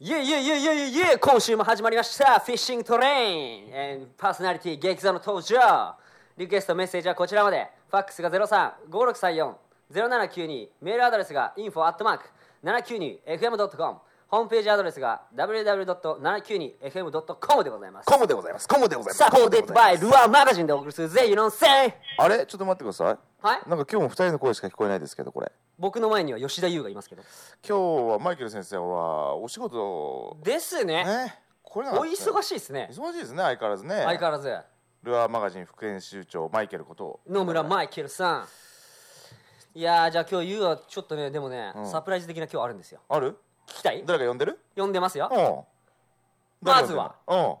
いえいえいえいえいえいえ今週も始まりましたフィッシングトレイン、えーパーソナリティ激座の登場リクエストメッセージはこちらまでファックスが0356340792メールアドレスが info アットマーク 792fm.com ホームページアドレスが www.792fm.com でございますコムでございますコムでございますサポーテッドバイコムでございルアーマガジンでお送りするぜ You know what I'm saying ますあれちょっと待ってくださいはいなんか今日も二人の声しか聞こえないですけどこれ僕の前には吉田優がいますけど今日はマイケル先生はお仕事ですねねこれなんおか忙しいですね忙しいですね相変わらずね相変わらずルアーマガジン副編集長マイケルこと野村マイケルさんいやーじゃあ今日優はちょっとねでもね、うんサプライズ的な今日あるんですよある聞きたい誰か呼んでる呼んでますようんまずは誰か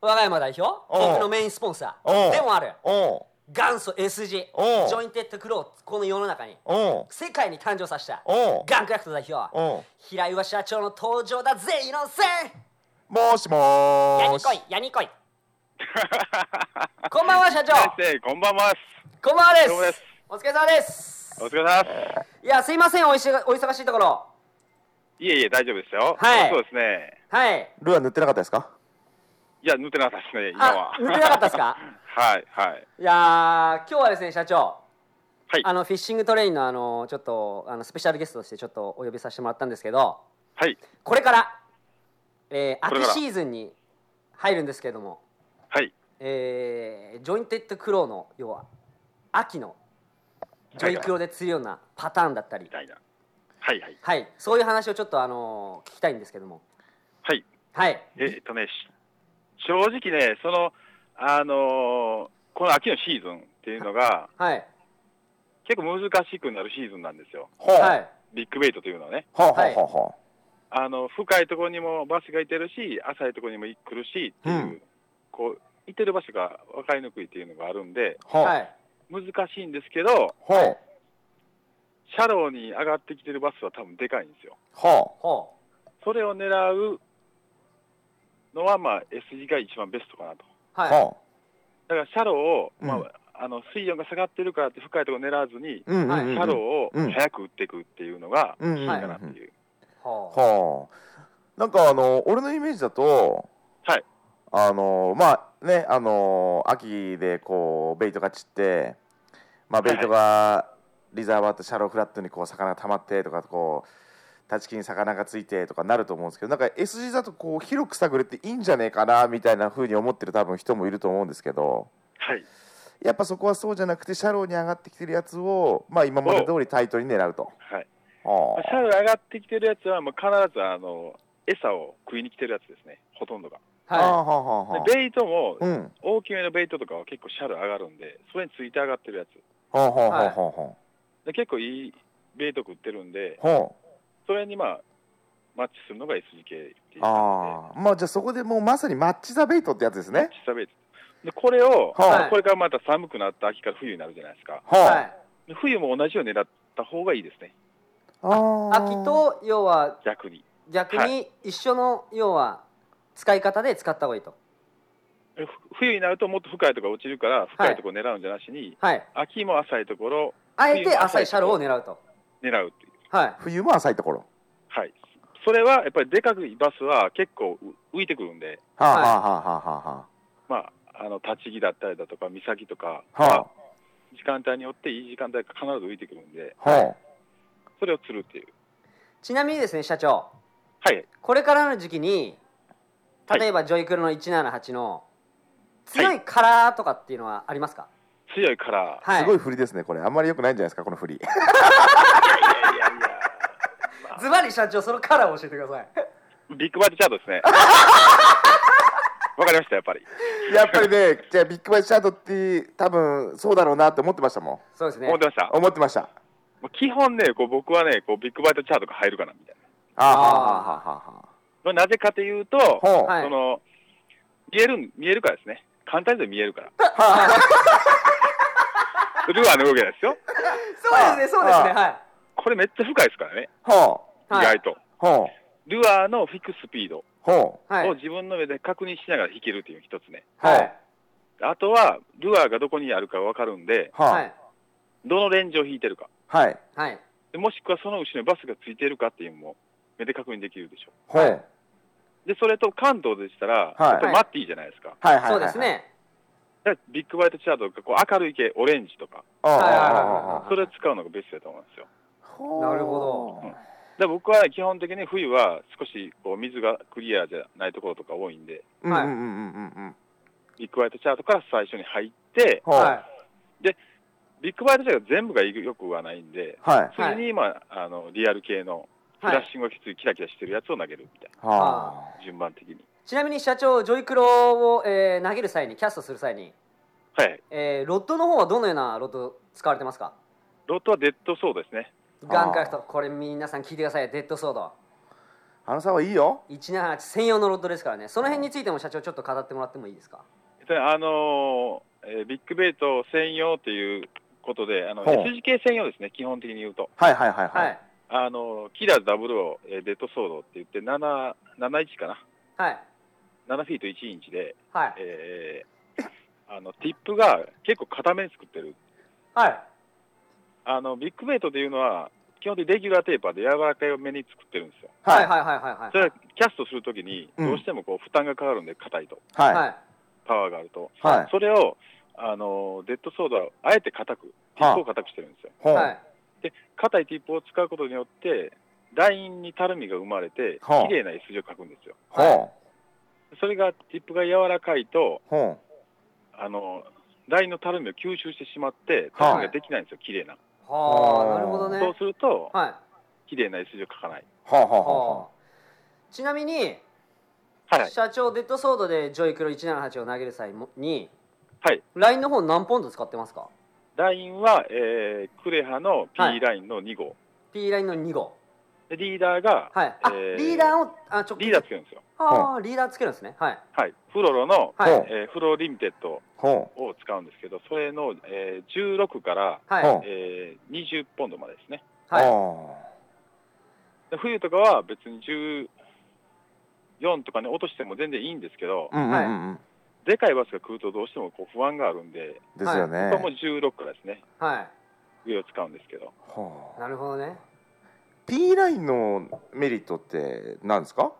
我が家代表うん僕のメインスポンサうーんでもある呼んでる元祖 S 字ジうんョインテッドクローこの世の中にうんうん世界に誕生させたうんガンクラフト代表うん平岩社長の登場だぜイノンセンもしもーしやにこいやにこいこんばんは社長先生、こんばんはっす。こんばんはですどうもですお疲れ様ですお疲れ様です。いやすいませんおいしがお忙しいところいえいえ、大丈夫ですよ。はいそうですね。はいルアー塗ってなかったですかいや、塗ってなかったですね、今あは。抜けなかったですか はい、はい。いやー今日はですね社長はいあ、のフィッシングトレインのあのちょっとあのスペシャルゲストとしてちょっとお呼びさせてもらったんですけどはい、これから、えーこ秋れからシーズンに入るんですけれども、はい、えージョインテッドクローの要は秋のジョイクロで釣るようなパターンだったりみ、たいな。はい、はい。はい、そういう話をちょっと、あのー聞きたいんですけども、はい。はい、ええっとね、し正直ね、その、あのーこの秋のシーズンっていうのが、はい、結構難しくなるシーズンなんですよ。ほうはい、ビッグベイトというのはね。ほうほうはいほうほあの、深いところにもバスがいてるし、浅いところにも来るし、っていう、うんこう、行ってる場所が分かりにくいっていうのがあるんで、うほうはい、難しいんですけど、ほう車両に上がってきてるバスは多分でかいんですよ。ほほう、それを狙うのは、まあ、S 字が一番ベストかなと。うはい、ほだから車両を、うんまあ、あの水温が下がってるからって深いところ狙わずに、ううんうんうん車両をうん早く打っていくっていうのがうんうんいいかなっていう。ほう、はあなんかあの俺のイメージだとはいあのまあねあの秋でこうベイトが散ってまあはベいはいイトがリザーバーってシャローフラットにこう魚が溜まってとかこう立ち木に魚がついてとかなると思うんですけどなんか S 字だとこう広く探れていいんじゃねえかなみたいな風に思ってる多分人もいると思うんですけどはい。やっぱそこはそうじゃなくてシャローに上がってきてるやつをまあ今まで通りタイトに狙うと。はい。まはああ車両上がってきてるやつは、もう必ず、あの、餌を食いに来てるやつですね。ほとんどが。あはあはあはあはあでベイトも、うんは大きめのベイトとかは結構車両上がるんで、それについて上がってるやつ。あはあはあはあはあで結構いいベイト食ってるんで、ほそれにまあ、マッチするのが SGK っていうう感ああまあじゃあそこでもうまさにマッチ・ザ・ベイトってやつですじで、マッねチサベイト。で、これを、はいこれからまた寒くなった秋から冬になるじゃないですか。い、ははいい、で冬も同じように狙った方がいいですね、ああ秋と要は逆に。逆はに一緒の要は使い方で使った方がいいと、ふ冬になるともっと深いところ落ちるから、深いところを狙うんじゃなしに、はい、秋も浅いところをあえて浅いシャローを狙うと、狙うっていう。はい、冬も浅いところはい。それはやっぱりでかくバスは結構う浮いてくるんで、はあはいはあはあはあはまあ、あの立ち木だったりだとか、岬とか、あは時間帯によっていい時間帯が必ず浮いてくるんで、あはそれを釣るっていう。ちなみにですね社長はい。これからの時期にはい例えばジョイクロの178の強いカラーとかっていうのはありますか、強いから、あはい、すごい振りですねこれあんまり良くないんじゃないですかこの振り いやいやズバリ社長そのカラーを教えてくださいビッグバイトチャートですね。わかりました、やっぱり。やっぱりねじゃあビッグバイトシャートって多分そうだろうなって思ってましたもんそうですね思ってました。も思ってましたう基本ね、こう僕はね、こうビッグバイトチャートが入るかな、みたいな。ああはあまあなぜかというと、はあはあはあほうはいその、見える、見えるからですね。簡単に見えるから。ルアーの動きなんですよ。そうですねそうですねはいこれめっちゃ深いですからね、ほはい意外と。うほうルアーのフィックスピードほうはいを自分の目で確認しながら引けるっていうのが一つね。はいあとは、ルアーがどこにあるか分かるんで、ははあいどのレンジを引いてるか。はいはいでもしくはその後ろにバスがついてるかっていうのも目で確認できるでしょほうはいで、それと関東でしたら、はいえっとマッティじゃないですか。はいはいそうですね。だからビッグホワイトチャートがこう明るい系、オレンジとか、ああはいはいはいああはいそれを使うのがベストだと思うんですよ。ほうなるほで僕は基本的に冬は少しこう水がクリアじゃないところとか多いんで、うんうんうんうんうんうんビッグホワイトチャートから最初に入って、ほうはいビッグホワイトチャート全部がよくはないんで、はいそれに今、あのリアル系のフはラッい。シングがきついキラキラしてるやつを投げるみたいはな、順番的に。ちなみに社長、ジョイクロを、えー投げる際に、キャストする際に、はい、えーロッドの方はどのようなロッド使われてますかロットはデッドそうですね。ガンクラフト、これ皆さん聞いてください、デッドソード。ああのさんはいいよ178専用のロッドですからね、その辺についても社長、ちょっと語ってもらってもいいですか。であのーえービッグベイト専用ということで、あのほう SGK 専用ですね、基本的に言うと。はいはいはいははいい、あのキラーダブルを、えーデッドソードって言って、7 71かはい、な、7フィート1インチで、はい、えーあのティップが結構硬めに作ってる。はい、あのビッグベイトというのは、基本的にレギュラーテーパーで柔らかめに作ってるんですよ。はい、ははい、はい、はそれはキャストするときに、うんどうしてもこう負担がかかるんで、硬いと、い、いはい、パワーがあると。はいそれを、あのデッドソードはあえて硬く、ティップを硬くしてるんですよ。ほうはい、硬いティップを使うことによって、ラインにたるみが生まれて、はあ綺麗な S 字を描くんですよ。ほうそれが、ティップが柔らかいと、ほあの、ラインのたるみを吸収してしまって、はたあるみができないんですよ、綺麗な。はあーあ、なるほどね。そうすると、はい、綺麗な S 字を描かない。うほうほうはほあ。ちなみに、はい。社長、デッドソードでジョイクロ178を投げる際もに、はい。ラインの方何ポンド使ってますかラインは、えー、クレハの P はいラインの2号。 ?P ラインの2号。でリーダーが、はい。あ、えーリーダーを、あ、ちょリーダーつけるんですよ。あーリーダーつけるんですね。はい。はい。フロロの、はい。ほうえーフロロリミテッドうほを使うんですけど、それの、えー、16から、はい。ほうえー、20ポンドまでですね。うはい。ほで冬とかは別に14とかね、落としても全然いいんですけどう、うんうんうんうんでかいバスが来るとどうしてもこう不安があるんで、ですよねここも16からですね、は上を使うんですけど、ほい。うなるほどね。 P ラインのメリットって何ですか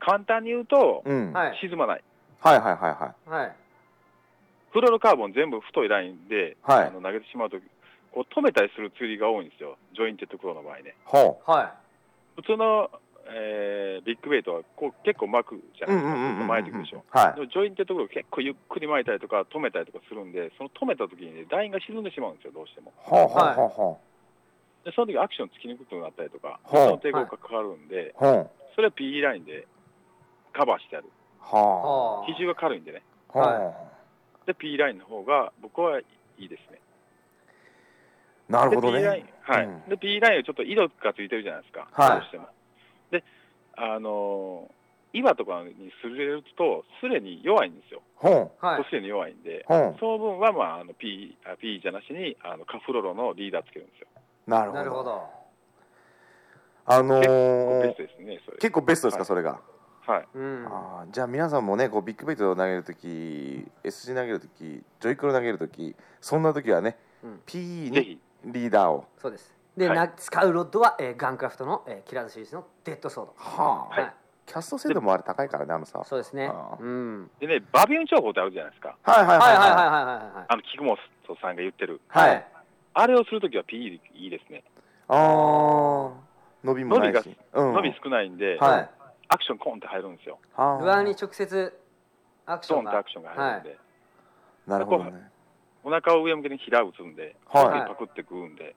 簡単に言うと、うんはい。沈まない、はいはいはいはいはい。フロロカーボン全部太いラインで、はいあの投げてしまうと、こう止めたりする釣りが多いんですよ、ジョインテッドクローの場合ね。ほは普通の、えービッグベイトはこう結構巻くじゃうなういんでうすんか、うんうんはずっと巻いていくでしょ。でもジョインテッドクロー結構ゆっくり巻いたりとか止めたりとかするんで、その止めた時にね、ラインが沈んでしまうんですよ、どうしても。ほうほうほうほでその時アクションつきにくくなったりとか、そほうの抵抗がかかるんで、うほうそれは PE ラインでカバーしてあい。る。はは比重が軽いんでね。あはで、PE ラインの方が僕はいいですね。あなるで、ほど PE ライねン、はい。うんで、PE ラインはちょっと色がついてるじゃないですか。はいどうしても。で、あのー岩とかに擦れると、すれに弱いんですよ。ほうい。はい擦。れに弱いんで、ほうその分は、まあ、あの P、あ P じゃなしに、あの、カフロロのリーダーつけるんですよ。なるほなるほどど。あのこうベーストですね、それ。結構ベストですかはいそれがはい。うん。あーじゃあ皆さんもねこうビッグベイトを投げるとき S 字投げるときジョイクロ投げるときそんなときはねうん P ぜにひ、リーダーをそうです。で、はいな使うロッドは、えーガンクラフトの、えーキラーズシリーズのデッドソード。ははい。キャスト精度もあれ高いからねあのさはそうですねあ。ーうん。でね、バビオン情報ってあるじゃないですか。いはいはいははいはいいははいはいはい。あの、キクモスさんが言ってる。はいはい。あれをするときは PE いいですね。あー伸びもない伸びしうん伸び少ないんで、はいアクションコンって入るんですよ。あールアーに直接アクショドンンがとアクションが入るんで、なるほどねお腹を上向けに平打つんで、はいパクって食うんで、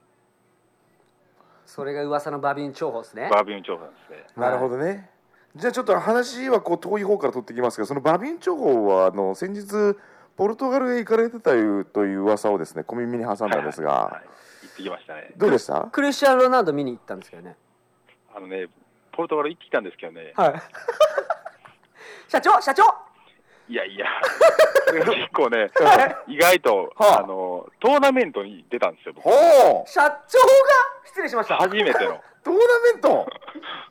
それが噂のバビン重宝ですねバービーン調査なんですね。なるほどね、じゃあちょっと話はこう遠い方から取ってきますがそのバビン情報はあの先日ポルトガルへ行かれてたいうという噂をですね小耳に挟んだんですが、はいはい行ってきましたね。どうでしたクリスチャン・ロナウド見に行ったんですけどねあのね、ポルトガル行ってきたんですけどね、はい 社長社長いや いや、結構ね、は意外と、はああの、トーナメントに出たんですよ、僕ほう社長が失礼しました初めての。トーナメント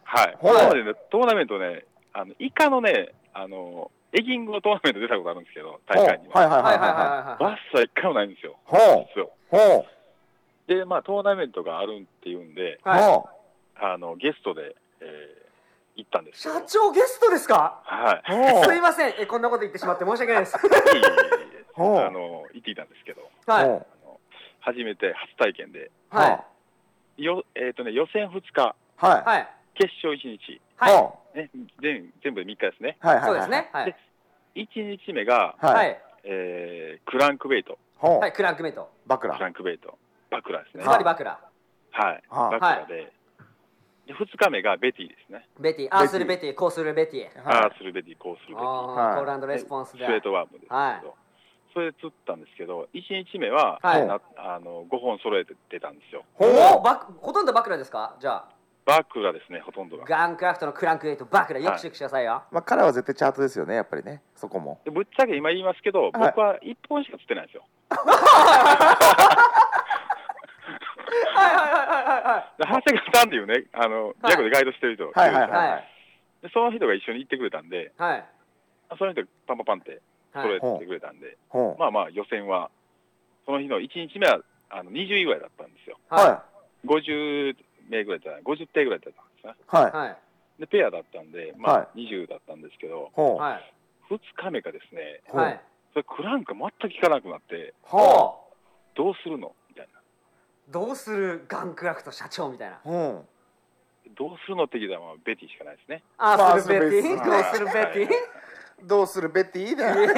はい。ほう今までね、トーナメントね、あの、イカのね、あの、エギングのトーナメント出たことあるんですけど、大会にほうはいは。はいははいいはいはいははいバッサ一回もないんですよ、いほう実はほうで、まあ、トーナメントがあるっていうんで、はいほうああのゲストで、えー行ったんですけ社ど長ゲストですかはいおすいーませんえこんなこと言ってしまって申し訳ないですいえいえいえおうあの行っていたんですけど はいおー初めて初体験ではいよ、えーとね、予選2日はいはい決勝1日、はいおーね、全全部で3日ですねはいはいはいそうですねはいで1日目が、ははいいえークランクベイトほうはいクランクメイトバクラクランクベイトバクラですねつまりバクラはいはバいクラで,、で2日目がベティですねベティああするベティこうするベティあはあするベティこうするあベティはいーコールアンドレスポンススウでェートワームですけど、はいそれで釣ったんですけど1日目は、はいなあの5本揃えて出たんですいよおおバクほとんどバクラですかじゃあバクラですねほとんどがガンクラフトのクランクエイトバクラよくチェックしてくださいよ、まあ彼は絶対チャートですよねやっぱりねそこもでぶっちゃけ今言いますけど、僕は1本しか釣ってないんですよはい、はいはいはいはいで長谷川さんっていうねあの、はいギャグでガイドしてる人はいはいいるんですよはいでその人が一緒に行ってくれたんではいはいその人がパンパンパンっては揃いえてきてくれたんで、ほうまあまあ予選はその日の1日目はあの20位ぐらいだったんですよは50名ぐらいだった50艇ぐらいだったんですねいはいはいでペアだったんで、まはあ、20だったんですけど、ほうはい2日目がですね、ほうはいそれクランク全く効かなくなって、ほおどうするのみたいな、うどうするガンクラフト社長みたいなうほどうするのって聞いたのはベティしかないですね。ああするベティまどあうするベテうどうするベティだよィ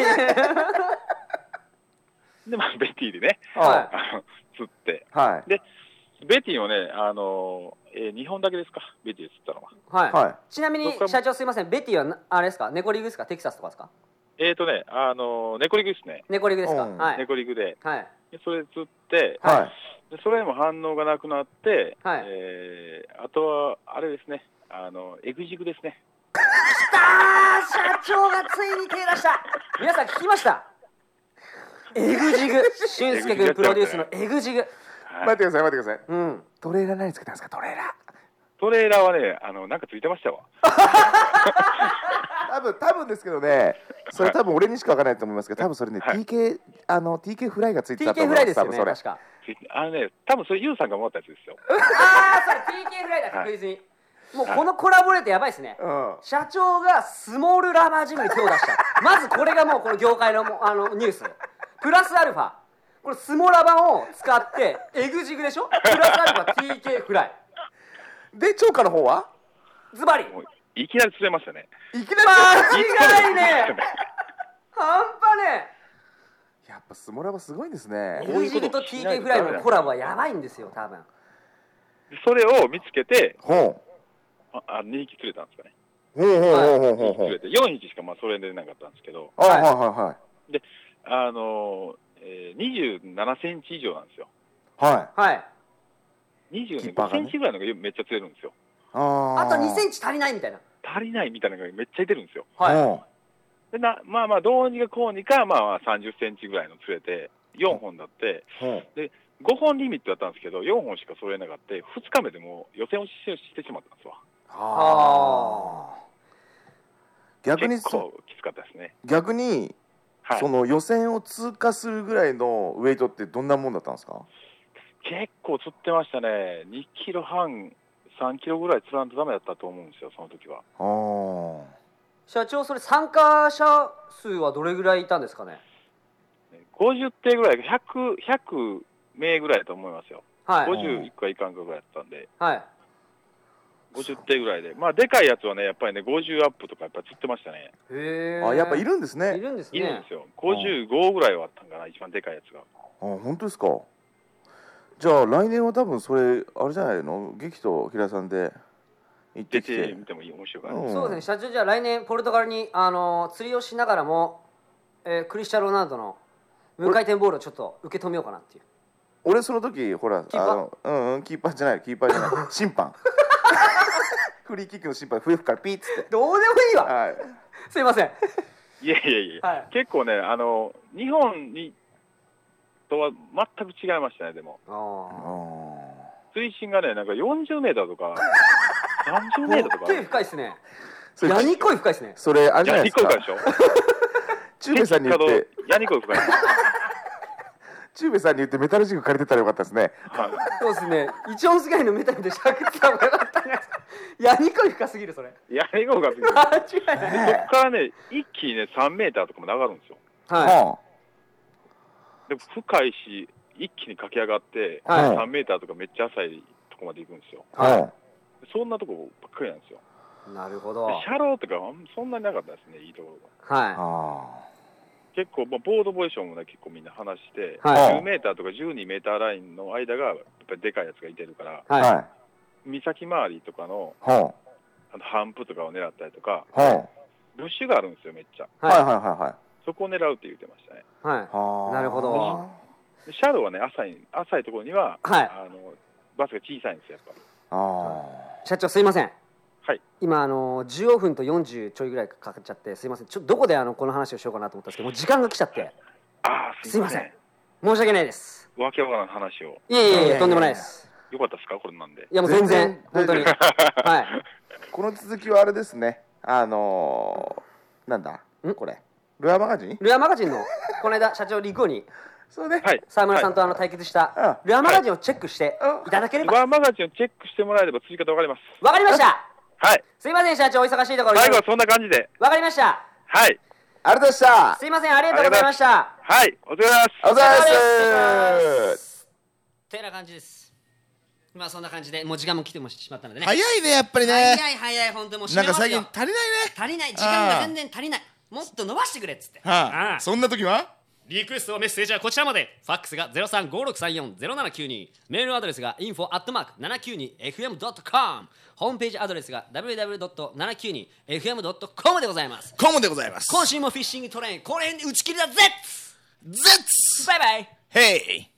で、まあ、ベティでね、はあの釣って、はいベティをね、あのえー、2本だけですか、ベティで釣ったのは。はい、はちなみに僕は社長すいませんベティはなあれですかネコリグですかテキサスとかですかえっ、ー、とね、あのネコリグですね、ネコリグですか、うんはいネコリグで、はいでそれで釣って、いはいでそれでも反応がなくなって、はいえーあとは、あれですね、あのエグジグですね。あー社長がついに手出した皆さん聞きましたエグジグ俊介君プロデュースのエグジグはい待ってください待ってくださいうんトレーラー何つけたんですかトレーラートレーラーはね、あのなんかついてましたわ。多分多分ですけどねそれ多分俺にしか分からないと思いますけど多分それねはい TK あの TK フライがついてたと TK 思フいまライですよねす多分確それかついてあのね、多分それ、ユウさんがもらったやつですよ。ああそれ TK フライだ確実に、もうこのコラボレートやばいですね、うん社長がスモールラバージムに手を出した まずこれがもうこの業界のもうあのニュースプラスアルファこれスモラバを使ってエグジグでしょプラスアルファ TK フライで超過の方はズバリもういきなり釣れましたね。いきなり間違いねえ半端ねやっぱスモラバすごいんですえねエグジグと TK フライのコラボはやばいんですよ多分 それを見つけて、ほああ2匹釣れたんですかね。うほうほうほうほうほうほ釣れうて、4匹しかまあそれでなかったんですけど、あはいはあのーえー、27センチ以上なんですよ。いはいははいいキッ25パーがセねンチぐらいのがめっちゃ釣れるんですよ。ああと2センンチ足りないみたいな足りないみたいなのがめっちゃいてるんですよ。はいでなまあまあ、どうにかこうにか、まあまあ、30センチぐらいの釣れて、4本だって、ほ5本リミットだったんですけど、4本しか揃えなかった、2日目でもう予選落ちしてしまったんですわ。あー逆に結そ構きつかったですね。逆にはい、そ結の予選を通過するぐらいのウェイトってどんなもんだったんですか構釣ってましたね。2キロ半、3キロぐらい釣らんとダメだったと思うんですよ、その時は。あー社長それ参加者数はどれぐらいいたんですかね50艇ぐらい、100、100名ぐらいだと思いますよ。はい50いくかいかんかぐらいだったんで、はい50艇ぐらいで。まあ、でかいやつはね、やっぱりね、50アップとかやっぱ釣ってましたね。へえあやっぱいるんですいねるんですいるんねですよ。55ぐらいはあったんかな、一番でかいやつが。あ本当ですかじゃあ来年は多分それあれじゃないの劇と平井さんで行って出きててみてもいい面白いから、うんそうですね社長じゃあ来年ポルトガルに、あのー釣りをしながらも、えークリスチャン・ロナウドの無回転ボールをちょっと受け止めようかなっていう俺その時ほらーパーあのうんうんキーパーじゃないキーパーじゃ ない審判 フリーキックの審判笛吹くからピーッつってどうでもいいわはい すいませんいやいやいや、はい結構ね、あの、日本に、とは全く違いましたね、でも。あ水深がね、なんか40メーターとか、30メーターとあか。手深いですねそれヤニコイ深いですねそれあれじゃないでヤニすコイかかでしょ中兵衛さんに言ってヤニコイ深い。中部さんに言ってメタルジグ借りてたらよかったですね。はいそうですね一音違いのメタルでしゃくってた方がよかったんじゃないですかやにこり深すぎるそれやりごうかって。こ間違いないねっからね、一気にね、3メーターとかも流るんですよ。えははで、深いし、一気に駆け上がって、はい3メーターとかめっちゃ浅いとこまで行くんですよ。あ。はそんなとこばっかりなんですよ。いなるほどではい車両とかあんそんなになかったですね、いいところが。あ。は結構、まあ、ボードポジションもね、結構みんな話して、はい10メーターとか12メーターラインの間が、やっぱりでかいやつがいてるから、あ。はいはい。岬周りとかのはあのハンプとかを狙ったりとか、あ。はブッシュがあるんですよ、めっちゃ。あ。はいはいははいはい。そこを狙うって言ってましたね。いはいはあなるほど。でシャドウはね、浅い、浅いところには、はいあの、バスが小さいんですよ、やっぱり。あ社長すいませんはい今あの15分と40ちょいぐらいかかっちゃってすいませんちょどこであのこの話をしようかなと思ったんですけどもう時間が来ちゃってああ、すいません。申し訳ないですわけわからん話を。いえいえいえとんでもないですよかったですか、これなんで。いやもう全然本 全当には然いあ。この続きはあれですね。あのー、なんだんこれ。ルアーマガジンルアーマガジンのこの間社長リコにそうね。 はい。沢村さんとはあの対決した、うんルアーマガジンをチェックしていただけれい、ばワーマガジンをチェックしてもらえれば、釣り方わかります。わかりましたはい。すいません社長お忙しいところ最後はそんな感じで。わかりましたはい。ありがとうございました。すいませんありがとうございましたはい。お疲れ様です。ありがとうございます。てな感じですまあそんな感じでもう時間も来てもしまったのでね 早いねやっぱりね早い早い本当もう締なんめかます最よ近足りないね足りない時間が全然足りないもっと伸ばしてくれっつってはああいそんな時はリクエストメッセージはこちらまでファックスが0356340792メールアドレスが info.792fm.com ホームページアドレスが www.792fm.com でございますコモでございます今週もフィッシングトレインこの辺で打ち切りだぜゼッツバイバイヘイ